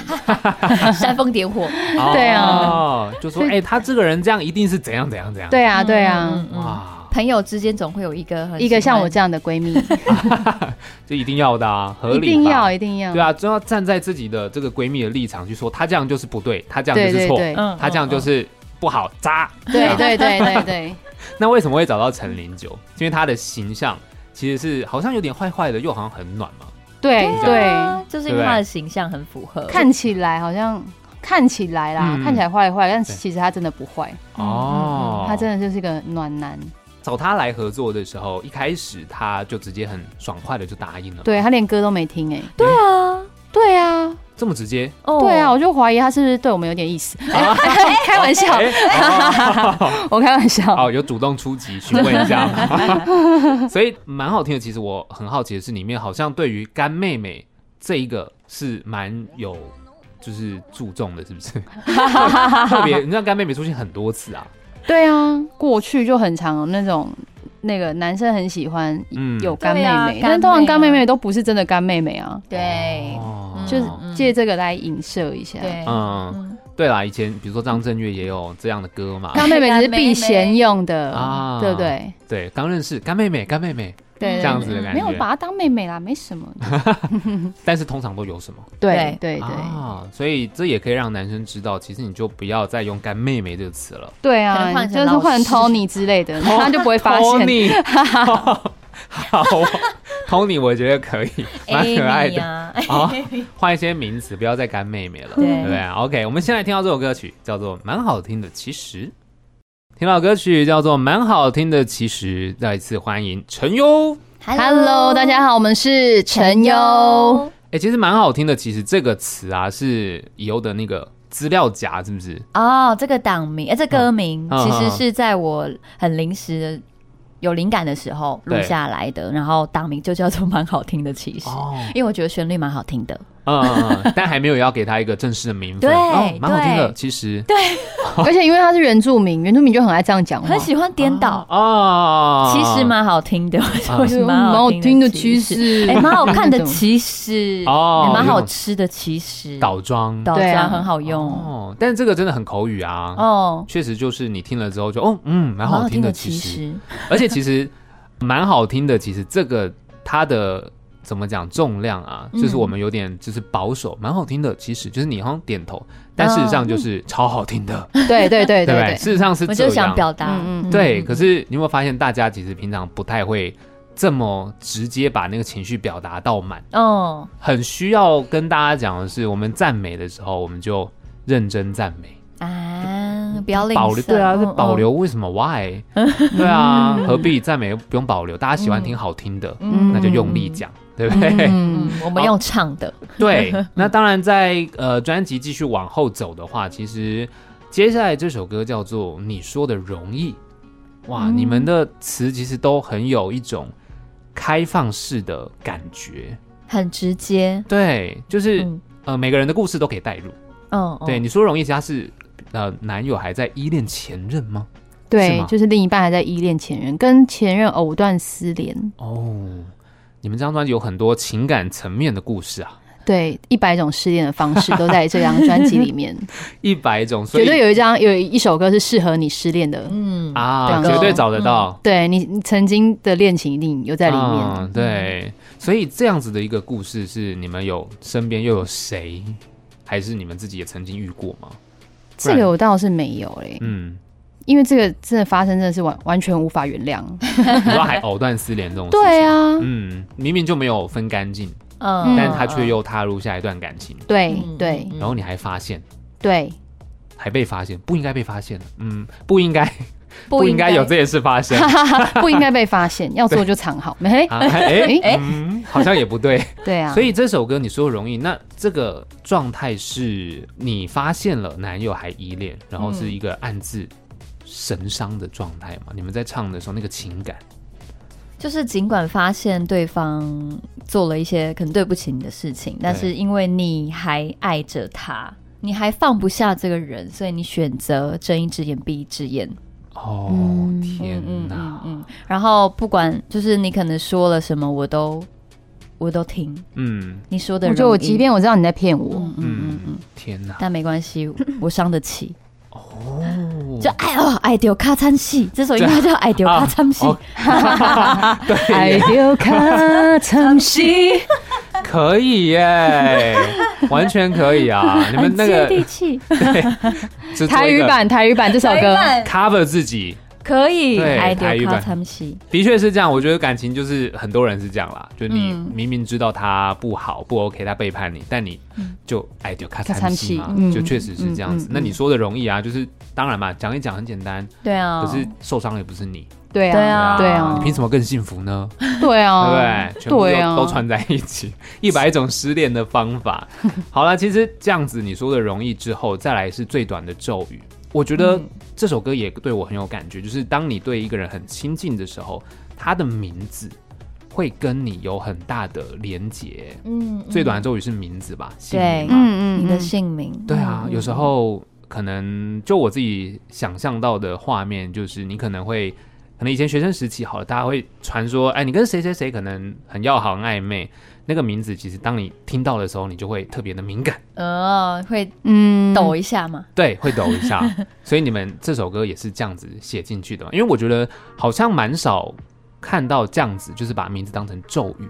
嗯 煽风点火， 对啊哦，就说所以哎，他这个人这样一定是怎样怎样怎样。对啊，对啊。 嗯，嗯嗯哇，朋友之间总会有一个很一个像我喜这样的闺蜜，这一定要的啊，合一理吧定要，一定要，对啊，就要站在自己的这个闺蜜的立场去说，她这样就是不对，她这样对就是对错，对欢，嗯她这样就，是不好渣。对对对对对，那为什么会找到陈零九？因为她的形象其实是好像有点坏坏的，又好像很暖嘛。 对啊对对，嗯就是因为他的形象很符合，看起来好像看起来啦，嗯看起来坏坏，但对其实他真的不坏，嗯哦，他真的就是个暖男，找她来合作的时候，一开始她就直接很爽快的就答应了。嗯对他连歌都没听哎，对啊，对啊，这么直接，哦对啊，，我就怀疑他是不是对我们有点意思。 开玩笑，哎哦我开玩笑。哦，有主动出击询问一下嘛， 所以蛮好听的。其实我很好奇的是，里面好像对于干妹妹这一个是蛮有就是注重的，是不 是？特别，你知道干妹妹出现很多次啊，对啊，过去就很常有那种那个男生很喜欢嗯，有干妹妹，对啊但通常干干妹啊妹妹都不是真的干妹妹啊，对，哦就是嗯借这个来影射一下。对，嗯，嗯对啦，以前比如说张震岳也有这样的歌嘛，干妹妹是避嫌用 的，啊对不对？对，刚认识干妹妹，干妹妹，对，这样子的感没觉有把她当妹妹啦，没什么。但是通常都有什么对对对、啊？所以这也可以让男生知道，其实你就不要再用干妹妹这个词了。对可能啊，换成就是换老师 Tony 之类 的，他就不会发现。 Tony，好，Tony，我觉得可以，蛮可爱 Amy 的。啊， 好，换一些名词，不要再干妹妹了，对对不对？OK，我们先来听到这首歌曲，叫做《蛮好听的其实》。听到歌曲叫做《蛮好听的其实》，再一次欢迎陈优。 Hello，大家好，我们是陈优。哎、其实蛮好听的。其实这个词啊，是以后的那个资料夹，是不是？哦，这个党名，哎、这歌名、嗯其实是在我很临时的有灵感的时候录对下来的，然后党名就叫做蛮好听的，其实。哦，因为我觉得旋律蛮好听的，嗯嗯， 嗯但还没有要给他一个正式的名分。对哦蛮好听的。对其实而且因为他是原住民，原住民就很爱这样讲话很。喜欢颠倒，哦，其实蛮好听的，啊就我觉是得蛮蛮好听的其趋实，势，哎，蛮好看的那种其实，哦哎蛮有好种吃的其实，倒装倒对啊装很好用哦，但是这个真的很口语啊。哦，确实就是你听了之后就哦，嗯，蛮好听的。其其实，实， 而且其实蛮好听的。其实这个它的怎么讲重量啊，嗯就是我们有点就是保守，蛮好听的。其实就是你好像点头，但事实上就是超好听 的， 对对对对对不对？对事实上是我这就样想。表达，嗯嗯对，可是你有没有发现，大家其实平常不太会这么直接把那个情绪表达到满。哦，很需要跟大家讲的是，我们赞美的时候，我们就认真赞美。啊，不要吝保留啬，对啊，嗯是嗯保留，为什么？Why？对 啊，何必赞美又不用保留？大家喜欢听好听的，嗯那就用力讲，对不对？嗯嗯，我们用唱的， 对。那当然在，呃专辑继续往后走的话，其实接下来这首歌叫做《你说的容易》。哇，嗯你们的词其实都很有一种开放式的感觉，很直接，对，就是、嗯呃每个人的故事都可以带入。嗯，对，嗯，你说容易，其实他是呃男友还在依恋前任吗？是对吗，就是另一半还在依恋前任，跟前任藕断丝连。哦，你们这张专辑有很多情感层面的故事啊，对，一百种失恋的方式都在这张专辑里面，一百种，所绝以对有一张有一首歌是适合你失恋的。嗯，啊，两个绝对找得到。对你，你曾经的恋情一定有在里面。嗯对，所以这样子的一个故事是你们有身边又有谁，还是你们自己也曾经遇过吗？这个我倒是没有欸嘞，嗯，因为这个真的发生，真的是完完全无法原 谅。哦嗯你说还藕断丝连这种，对，啊，嗯，明明就没有分干净，嗯但他却又踏入下一段感情，对嗯对嗯然后你还发现，对，还被发现，不应该被发现，嗯，不应该，嗯不应该有这件事发 生 不应该被 发现，要做就藏好。没，啊，哎，嗯，好像也不对。对啊所，以这首歌你说容易，那这个状态是你发现了男友还依恋，然后是一个暗自神伤的状态嘛？你们在唱的时候那个情感，就是尽管发现对方做了一些可能对不起你的事情，但是因为你还爱着他，你还放不下这个人，所以你选择睁一只眼闭一只眼。哦、嗯天嗯嗯哪，嗯。然后不管就是你可能说了什么，我都我都听嗯你说的我容易。觉得我即便我知道你在骗我，嗯嗯嗯嗯，天哪，但没 关系，我伤得起。哦就爱哦，爱丢卡餐戏，这首应该叫爱丢卡餐 戏。哦 对爱耶，丢卡 藏西，可以耶，完全可以啊！你们那很接个地气，是做台一语个版台语版这首歌， cover 自己，可以，对爱丢台语卡版餐戏，的确是这样，我觉得感情就是很多人是这样啦，就你嗯明明知道他不好、不 OK，他背叛你，但你就哎就咔嚓戏嘛咔嚓嗯戏，嗯就确实是这样子嗯嗯。嗯那你说的容易啊，就是当然嘛，讲一讲很简单，对啊。可是受伤的也不是你，对对哦啊，啊对啊你凭什么更幸福呢？对对不啊，对？全部对都啊都串在一 起，一百种失恋的方法。好了，其实这样子你说的容易之后，再来是最短的咒语。我觉得嗯这首歌也对我很有感觉，就是当你对一个人很亲近的时候，他的名字会跟你有很大的连结。嗯，最短的咒语是名字吧，姓对名嘛嗯嗯，你的嗯姓名，对啊，嗯有时候可能就我自己想象到的画面，就是你可能会，可能以前学生时期好了，大家会传说，哎，你跟谁谁谁可能很要好、很暧昧。那个名字其实当你听到的时候，你就会特别的敏感，呃会嗯抖一下嘛， 对，会抖一下。所以你们这首歌也是这样子写进去的嘛？因为我觉得好像蛮少看到这样子，就是把名字当成咒语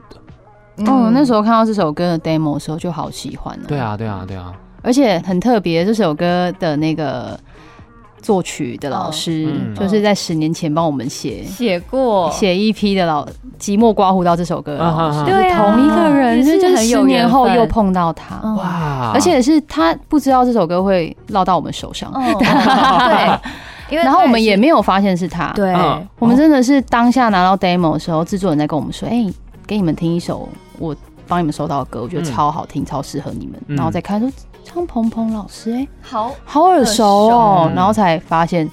的。哦，那时候候看到这首歌的 demo 的时候就好喜欢哦。对，啊，对啊，对啊，而且很特别，这首歌的那个作曲的老师哦，嗯就是在十年前帮我们写嗯写过，写一批的老《寂寞刮胡刀》这首歌的老师，哦啊哈哈就是对啊同一个人，也是就是很十有年缘后分又碰到他，嗯，哇！而且是他不知道这首歌会落到我们手上，嗯，对，因 为然后我们也他没有发现是他，是对嗯我们真的是当下拿到 demo 的时候，制作人在跟我们说：“哎、给你们听一首我帮你们收到的歌，我觉得嗯超好听，超适合你们。嗯然后再看说张鹏鹏老师、哎，好好耳熟哦、嗯然后才发现，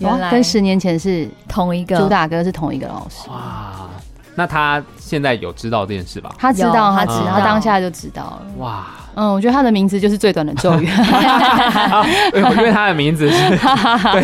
原哇，来跟十年前是同一个主打歌是同一个老师。哇，那他现在有知道这件事吧？他知有道，他他知知道，道他当下就知道了。哇！嗯，我觉得他的名字就是最短的咒语。 啊， 因为他的名字是，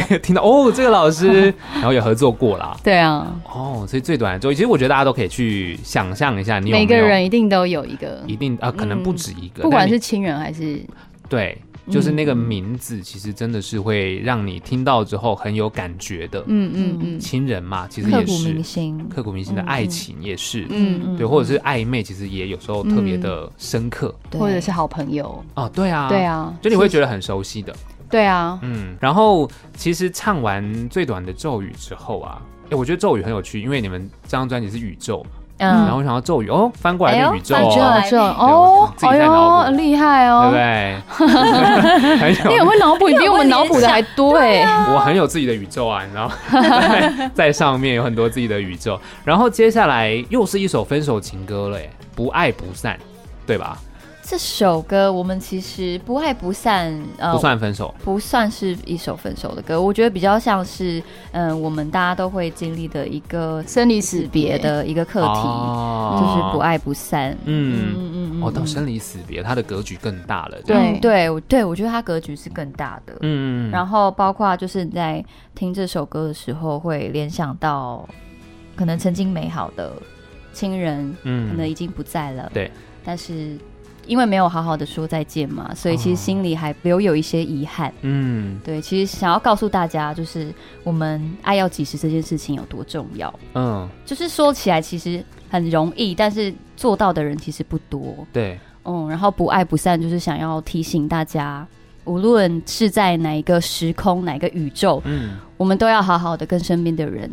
对，听到哦，这个老师，然后也合作过啦。对啊，哦，所以最短的周期，其实我觉得大家都可以去想象一下，你有没有每个人一定都有一个，一定啊、可能不止一个，不管但你是嗯亲人还是对，就是那个名字，其实真的是会让你听到之后很有感觉的。嗯嗯嗯亲人嘛，其实刻也骨铭是心，刻骨铭心的爱情，也是、嗯对，或者是暧昧，其实也有时候特别的深刻、嗯，对或者是好朋友。哦。对啊，对，啊，就你会觉得很熟悉的。对啊，嗯，然后其实唱完最短的咒语之后啊，哎，我觉得咒语很有趣，因为你们这张专辑是宇宙嘛，然嗯，后我想到咒语哦，翻过来哎变呦宇宙、翻哦，过来这我哦，自己哎在脑补呦，厉害对哦不！ 对？很你有很，会脑补，你比我们脑补的还多哎。我很有自己的宇宙啊，你知道吗， 在在上面有很多自己的宇宙。然后接下来又是一首分手情歌了，哎，不爱不散，对吧？这首歌我们其实不爱不散，呃，不算分手，不算是一首分手的歌，我觉得比较像是，嗯、我们大家都会经历的一个生离死死别别的，的一个课题，哦就是不。爱不散。嗯嗯哦，到生离死别，它的格局更大了。这样对嗯对，我对我觉得它格局是更大的。嗯，然后包括就是你在听这首歌的时候，会联想到可能曾经美好的亲人，嗯可能已经不在了。对，但是因为没有好好的说再见嘛，所以其哦实心里还留有一些遗憾。嗯对，其实想要告诉大家，就是我们爱要及时这件事情有多重要。嗯，就是说起来其实很容易，但是做到的人其实不多。对，嗯，然后不爱不散，就是想要提醒大家，无论是在哪一个时空、哪一个宇宙，嗯我们都要好好的跟身边的人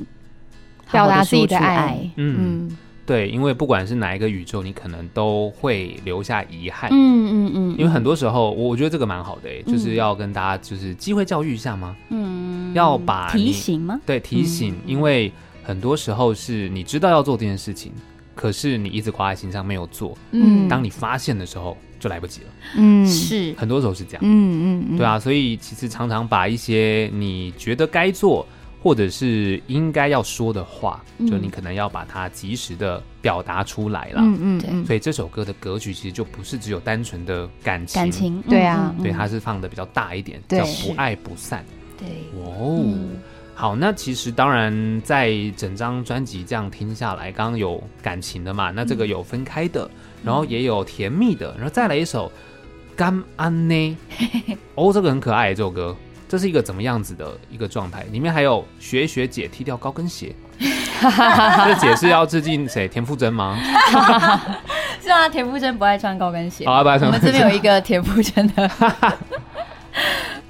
表达好好地自己的说出爱爱。嗯，嗯，对，因为不管是哪一个宇宙，你可能都会留下遗憾。嗯嗯嗯，因为很多时候，我我觉得这个蛮好的、欸，就是嗯要跟大家就是机会教育一下嘛，嗯要把你提醒吗？对，提醒，因为很多时候是你知道要做这件事情，可是你一直挂在心上没有做，嗯当你发现的时候就来不及了，嗯，是很多时候是这样，嗯，嗯嗯，对，啊，所以其实常常把一些你觉得该做或者是应该要说的话，就你嗯可能要把它及时的表达出来啦。嗯嗯嗯，所以这首歌的格局其实就不是只有单纯的感情，感情，对啊嗯嗯嗯对，它是放的比较大一点，对叫是不爱不散。对，哦，嗯好，那其实当然在整张专辑这样听下来，刚刚有感情的嘛，那嗯这个有分开的，然后也有甜蜜的，然后再来一首《干安 呢》，哦，这个很可爱，这首歌。这是一个怎么样子的一个状态？里面还有学学姐踢掉高跟 鞋，这姐是要致敬谁？田馥甄吗？是啊，田馥甄不爱穿高跟鞋好，。啊，不然什我么们？这边有一个田馥甄的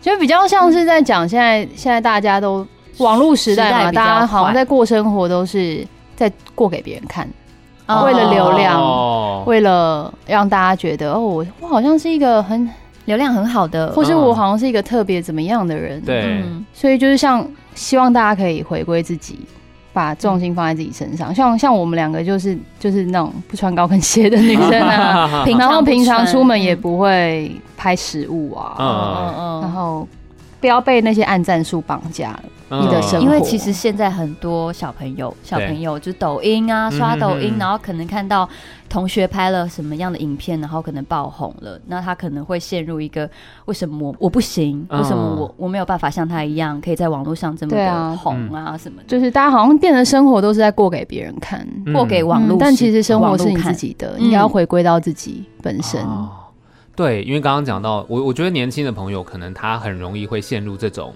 就比较像是在讲现在现在大家都网络时代嘛，时代比较大家好像快在过生活都是在过给别人看，哦为了流量哦为了让大家觉得哦，我我好像是一个很，流量很好的，或是我好像是一个特别怎么样的人，对，嗯所以就是像希望大家可以回归自己，把重心放在自己身上。像像我们两个就是就是那种不穿高跟鞋的女嗯生 啊，平然后不平常穿出门也不会拍食物啊，嗯嗯然后不要被那些暗战术绑架了。嗯你的生因为活其实现在很多小朋友，小对朋友就抖音啊，嗯刷抖嗯音嗯，然后可能看到同学拍了什么样的影片，然后可能爆红了，那他可能会陷入一个为什么我不行，嗯为什么我我没有办法像他一样，可以在网络上这么对啊的红啊什么的，就是大家好像变得生活都是在过给别人看，嗯过给网络嗯时，但其实生活网是络你自看。己的，嗯你要回归到自己本身。哦对，因为刚刚讲到我，我觉得年轻的朋友可能他很容易会陷入这种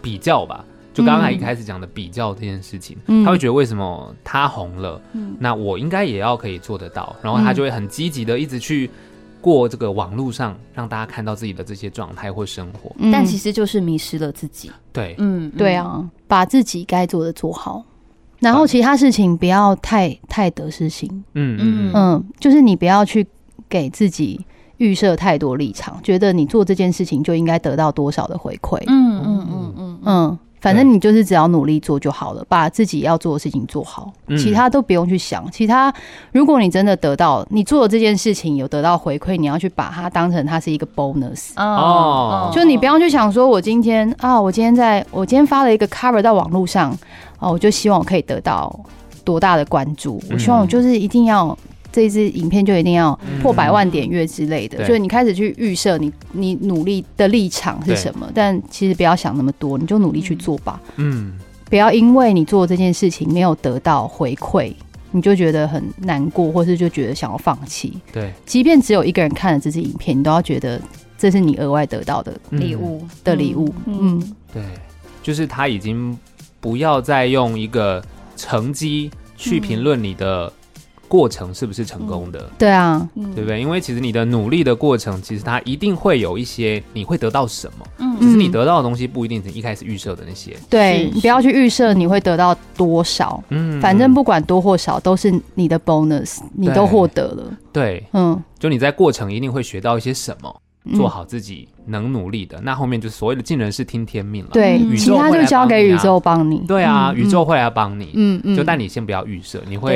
比较吧，就刚才一开始讲的比较这件事情，嗯他会觉得为什么他红了，那我应该也要可以做得到，然后嗯他就会很积极的一直去过这个网络上让大家看到自己的这些状态或生活。嗯但其实就是迷失了自己，对，嗯，对啊，把自己该做的做好，然后其他事情不要太太得失心。嗯嗯嗯嗯，嗯，就是你不要去给自己预设太多立场，觉得你做这件事情就应该得到多少的回馈。嗯，嗯嗯嗯嗯嗯，反正你就是只要努力做就好了，把自己要做的事情做好，嗯其他都不用去想。其他，如果你真的得到你做的这件事情有得到回馈，你要去把它当成它是一个 bonus。嗯，哦就你不要去想说，我今天啊，我今天在我今天发了一个 cover 到网络上，哦、我就希望我可以得到多大的关注，嗯我希望我就是一定要这一支影片就一定要破百万点阅之类的，对所以你开始去预设你你努力的立场是什么，但其实不要想那么多，你就努力去做吧，嗯，不要因为你做这件事情没有得到回馈。你就觉得很难过，或是就觉得想要放弃。对，即便只有一个人看了这支影片，你都要觉得这是你额外得到的嗯礼物的礼物。嗯，嗯，对，就是他已经不要再用一个成绩去评论你的过程是不是成功的，对啊，嗯对不对？因为其实你的努力的过程，其实它一定会有一些你会得到什么，嗯只嗯是你得到的东西不一定是一开始预设的那些。对是你不要去预设你会得到多少，嗯反正不管多或少都是你的 bonus，你都获得了。对，嗯，就你在过程一定会学到一些什么，嗯做好自己能努力的。那后面就是所谓的尽人事听天命了。对，嗯其他就交给宇宙帮你。啊对啊，嗯宇宙会来帮你，嗯嗯，就但你你先不要预设，你会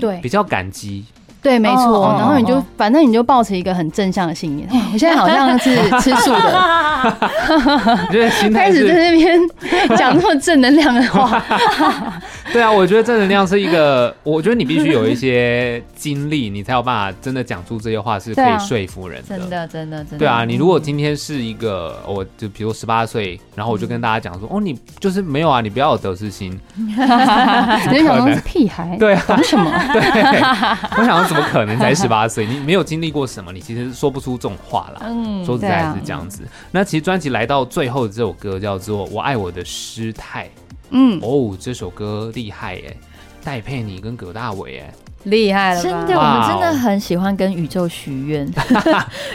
对对比较感激。 对，没错哦。然后你就哦反正你就抱持一个很正向的信念。哦我现在好像是吃素的，我觉得心态 开始在是，那边讲这么正能量的 话。对啊，我觉得正能量是一个，我觉得你必须有一些经历，你才有办法真的讲出这些话，是可对啊以说服人的。 真的，真的，真的。对啊，你如果今天是一个，我就比如十八岁，然后我就跟大家讲嗯说，哦，你就是没有啊，你不要有得失心。你就想说是屁孩，对啊，哎懂什么？ 对，我想说怎么可能才十八岁？你没有经历过什么，你其实说不出这种话啦。嗯说实对在啊是这样子。那其实专辑来到最后的这首歌叫做《我爱我的师太》，嗯，哦，这首歌厉害耶、戴佩妮跟葛大伟哎、厉害了吧？真的，我哇们哦真的很喜欢跟宇宙许 愿，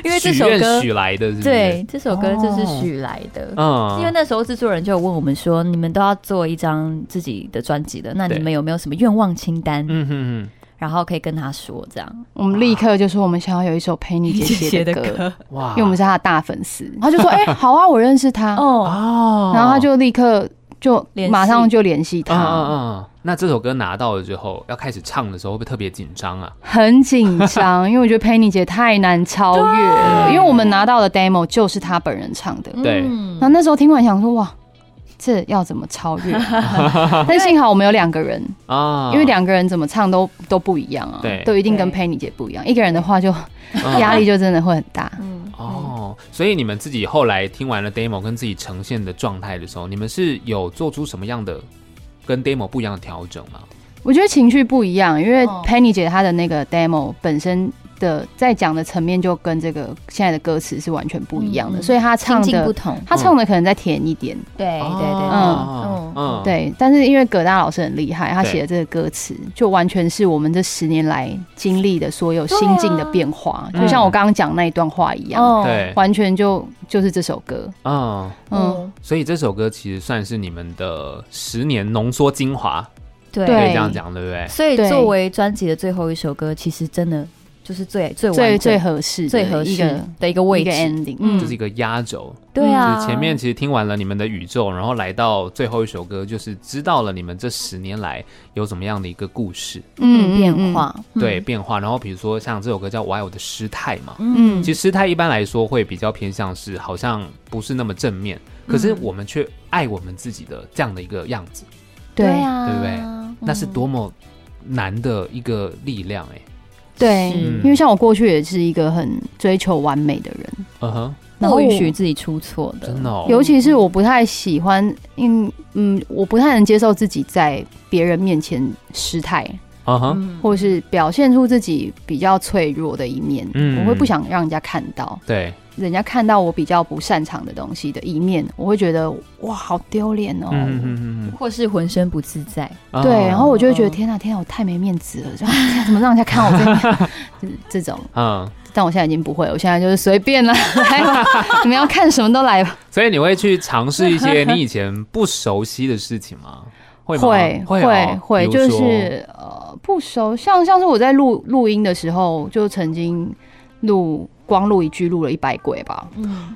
因为这许首歌愿，许来的是不是？对，这首歌就是许来的。嗯，因为那时候制作人就有问我们说，你们都要做一张自己的专辑的，那对你们有没有什么愿望清单？嗯哼然后可以跟他说这样。我们立刻就说我们想要有一首陪你姐姐 的歌。哼，哇，因为我们是他的大粉丝， 他就说：“哎、好啊，我认识他。哦，哦，然后他就立刻就马上就联系哦嗯嗯他，嗯，那这首歌拿到了之后，要开始唱的时候会不会特别紧张啊？很紧 张，因为我觉得佩妮姐太难超越了，因为我们拿到的 demo 就是他本人唱的。对嗯然后那时候听完想说：哇，这要怎么超 越？但幸好我们有两个人，啊，因为两个人怎么唱都都不一样啊对，都一定跟对佩妮姐不一样。一个人的话就嗯压力就真的会很大。嗯，哦，所以你们自己后来听完了 demo 跟自己呈现的状态的时候，你们是有做出什么样的跟 demo 不一样的调整吗？我觉得情绪不一样，因为哦 Penny 姐她的那个 demo 本身的在讲的层面就跟这个现在的歌词是完全不一样的，嗯嗯所以她情唱境不的同，她唱的可能再甜一点，嗯对对对，哦嗯嗯，对。但是因为葛大老师很厉害，他对写的这个歌词就完全是我们这十年来经历的所有心境的变化，对啊就像我刚刚讲那一段话一样，哦，对，完全就就是这首歌，嗯，嗯。嗯，所以这首歌其实算是你们的十年浓缩精华，可对以嗯对这样讲，对不对？所以对作为专辑的最后一首歌，其实真的就是最最最完最整、合适的最合一适个的一个位一个置。 ending，嗯就是一个压轴。对就啊，是前面其实听完了你们的宇宙，然后来到最后一首歌，就是知道了你们这十年来有怎么样的一个故事，嗯变，化，对变化。然后比如说像这首歌叫《我爱我的师太》嘛，嗯，其实师太一般来说会比较偏向是好像不是那么正面，可嗯是我们却爱我们自己的这样的一个样子，对啊，对不对嗯那是多么难的一个力量哎、对是嗯因为像我过去也是一个很追求完美的人，嗯哼，不然后允我许自己出错的，真的、哦，尤其是我不太喜欢，嗯嗯，我不太能接受自己在别人面前失态，嗯哼，嗯或是表现出自己比较脆弱的一面。嗯我会不想让人家看到，对，人家看到我比较不擅长的东西的一面，我会觉得哇，好丢脸哦。嗯嗯嗯或是浑身不自在，嗯，对，然后我就会觉得嗯天哪，天哪，我太没面子了，这样这样怎么让人家看我这样 就是这种？嗯，但我现在已经不会，我现在就是随便 啦，来吧，你们要看什么都来吧。所以你会去尝试一些你以前不熟悉的事情 吗？会吗？会会会哦比会，如就说是呃不熟，像像是我在录录音的时候，就曾经录光录一句录了一百轨吧，嗯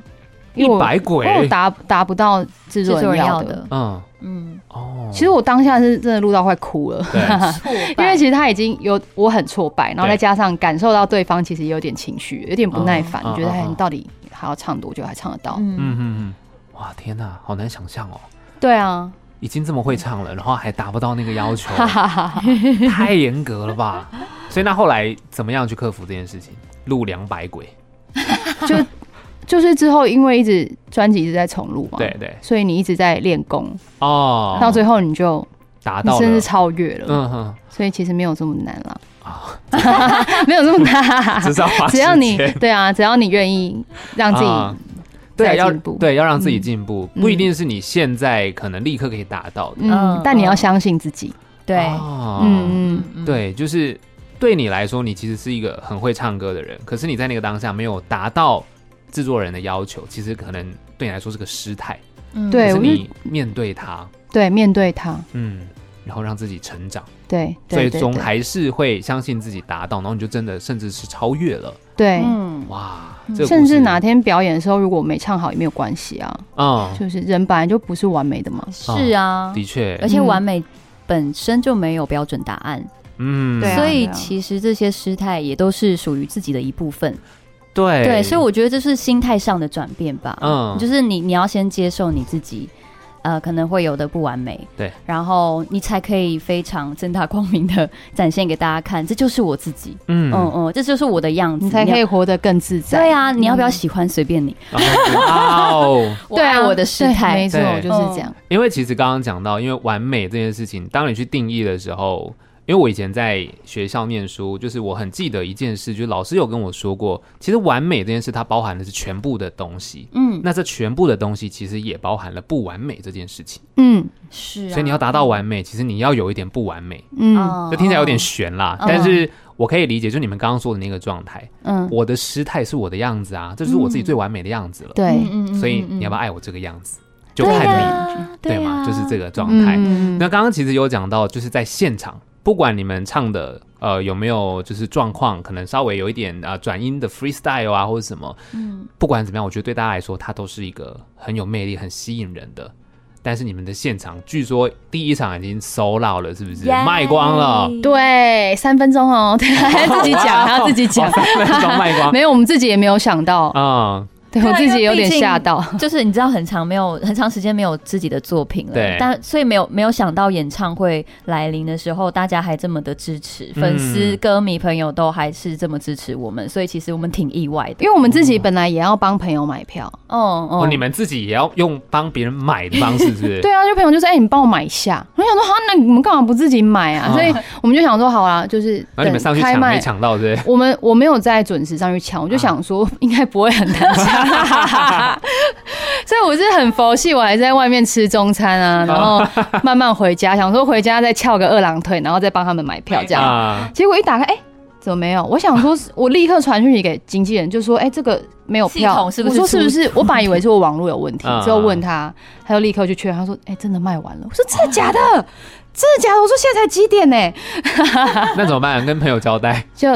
因为我一百因为我鬼，达达不到制制作作人人要要的。的，嗯， 嗯，哦，其实我当下是真的录到快哭了，对，因因为其实他已经有我很挫败，然后对再加上感受到对方其实有点情绪，有点不耐烦，嗯嗯觉得哎嗯嗯你到底还要唱多久还唱得到？ 嗯嗯，嗯嗯，哇，天哪，好难想象哦，对啊，已经这么会唱了，然后还达不到那个要求，嗯哈哈哈哈。 太严格了吧？所以那后来怎么样去克服这件事情？录两百鬼，就是之后因为一直专辑一直在重录嘛，对，对，所以你一直在练功，哦，到最后你就达你到甚了至，超越了，嗯哼，所以其实没有这么难啦，啊， 没有这么难 嗯至，少花 只要时你间对啊，只要你愿意让自啊己对啊再要进步，对要让自己进步，嗯不一定是你现在可能立刻可以达到的，嗯嗯，但你要嗯相信自己，对，哦嗯嗯，嗯，对，就是对你来说，你其实是一个很会唱歌的人，可是你在那个当下没有达到制作人的要求，其实可能对你来说是个失态。嗯对可是我就你面对它，对，面对它，嗯，然后让自己成长，对，对最对终对还是会相信自己达到，然后你就真的甚至是超越了。对。嗯，哇，嗯这个故甚至事哪天表演的时候，如果我没唱好也没有关系啊，嗯，就是人本来就不是完美的嘛。是啊，的确而，且嗯完美本身就没有标准答案，嗯，对啊所以其实这些失态也都是属于自己的一部分。对对，所以我觉得这是心态上的转变吧。嗯就是你你要先接受你自己，呃，可能会有的不完美，对，然后你才可以非常正大光明的展现给大家看，这就是我自己，嗯，嗯嗯，这就是我的样子，你才可要以。活得更自在。对啊，你要不要嗯喜欢随便你，哇哦。我爱啊我的失啊对啊态没，错，对就是这样。因为其实刚刚讲到，因为完美这件事情，当你去定义的时候，因为我以前在学校念书，就是我很记得一件事，就是老师有跟我说过，其实完美这件事它包含的是全部的东西。嗯，那这全部的东西其实也包含了不完美这件事情，嗯是啊，所以你要达到完美，其实你要有一点不完美，嗯哦，这听起来有点悬啦，嗯但是我可以理解，就你们刚刚说的那个状态，嗯，我的失态是我的样子啊，这就是我自己最完美的样子了，对，嗯所以你要不要爱我这个样子，就对啊看呀你，对呀吗？就是这个状态。嗯，那刚刚其实有讲到，就是在现场，不管你们唱的呃有没有就是状况，可能稍微有一点啊转音的 freestyle 啊或者什么，嗯不管怎么样，我觉得对大家来说，它都是一个很有魅力、很吸引人的。但是你们的现场，据说第一场已经 sold out 了，是不是耶卖光了？对，三分钟 哦， 对，还要自己讲，还要自己讲哦哦。三分钟卖光没有，我们自己也没有想到，啊、对对我啊自己也有因为点毕竟吓到。就是你知道很长没有很长时间没有自己的作品了，对但所以没有没有想到演唱会来临的时候，大家还这么的支持，嗯粉丝、歌迷朋友都还是这么支持我们，所以其实我们挺意外的因。为我们自己本来也要帮朋友买票，哦哦，你们自己也要用帮别人买的方式，是不是？ 对啊，就朋友就说：“哎，你帮我买一下。”我想说：“好，那你们干嘛不自己买啊？”嗯所以我们就想说：“好啦，就是然后你们上等去开抢没卖。”抢到，对不我们我没有在准时上去抢，我就想说 应该不会很难抢， 所以我是很佛系，我还在外面吃中餐啊，然后慢慢回家，想说回家再翘个二郎腿，然后再帮他们买票这对？样。啊，结果一打开，哎、怎么没有？我想说是，我立刻传讯息给经纪人，就说：“哎、这个没有系票。”统是不是我说：“是出不 是？”我本来以为是我网络有问题嗯，之后问他，他就立刻去确认，他说：“哎、真的卖完了。”我说：“真的假的？真的假的？”我说：“现在才几点呢、 那怎么办？跟朋友交代，就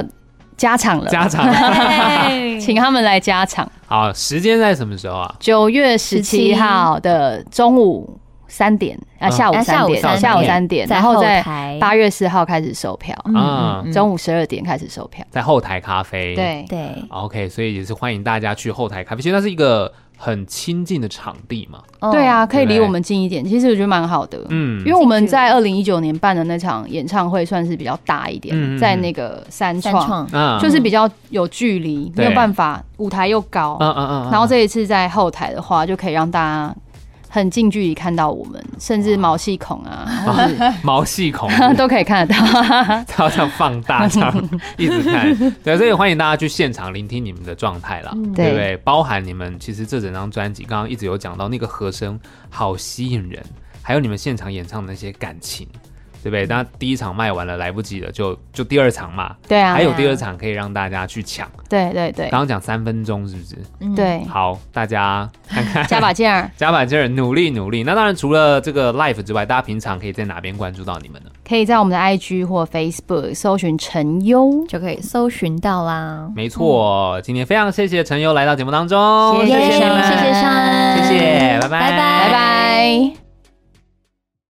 加场了，家长 请他们来加场。好，时间在什么时候啊？九月十七号的中午三点啊，嗯下午啊三下午点，三下午点三点，在然后在台八月四号开始售票，啊嗯中午十二点开始售票。在后台咖啡。对，对， ，OK，所以也是欢迎大家去后台咖啡，其实那是一个很亲近的场地嘛。哦对，啊，可以对离我们近一点，其实我觉得蛮好的。嗯，因为我们在二零一九年办的那场演唱会算是比较大一点，嗯嗯嗯在那个三三创，创啊就是比较有距离，没对有办法，舞台又高，啊啊啊，然后这一次在后台的话，就可以让大家很近距离看到我们，甚至毛细孔啊，或是毛细孔 都可以看得到。他要这样放大，这样 一直看。对，所以欢迎大家去现场聆听你们的状态啦，嗯对不对对？包含你们其实这整张专辑，刚刚一直有讲到那个和声好吸引人，还有你们现场演唱的那些感情，对不对？那第一场卖完了来不及了，就就第二场嘛，对啊还，有第二场可以让大家去抢。对对对刚刚讲三分钟是不是？嗯对，好，大家看看 加把劲儿，加把劲儿，努力努力。那当然，除了这个 live 之外，大家平常可以在哪边关注到你们呢？可以在我们的 IG 或 Facebook 搜寻陈优，就可以搜寻到啦。没错，今天非常谢谢陈优来到节目当中，嗯谢谢耶你们谢谢山，谢谢拜拜拜拜拜拜。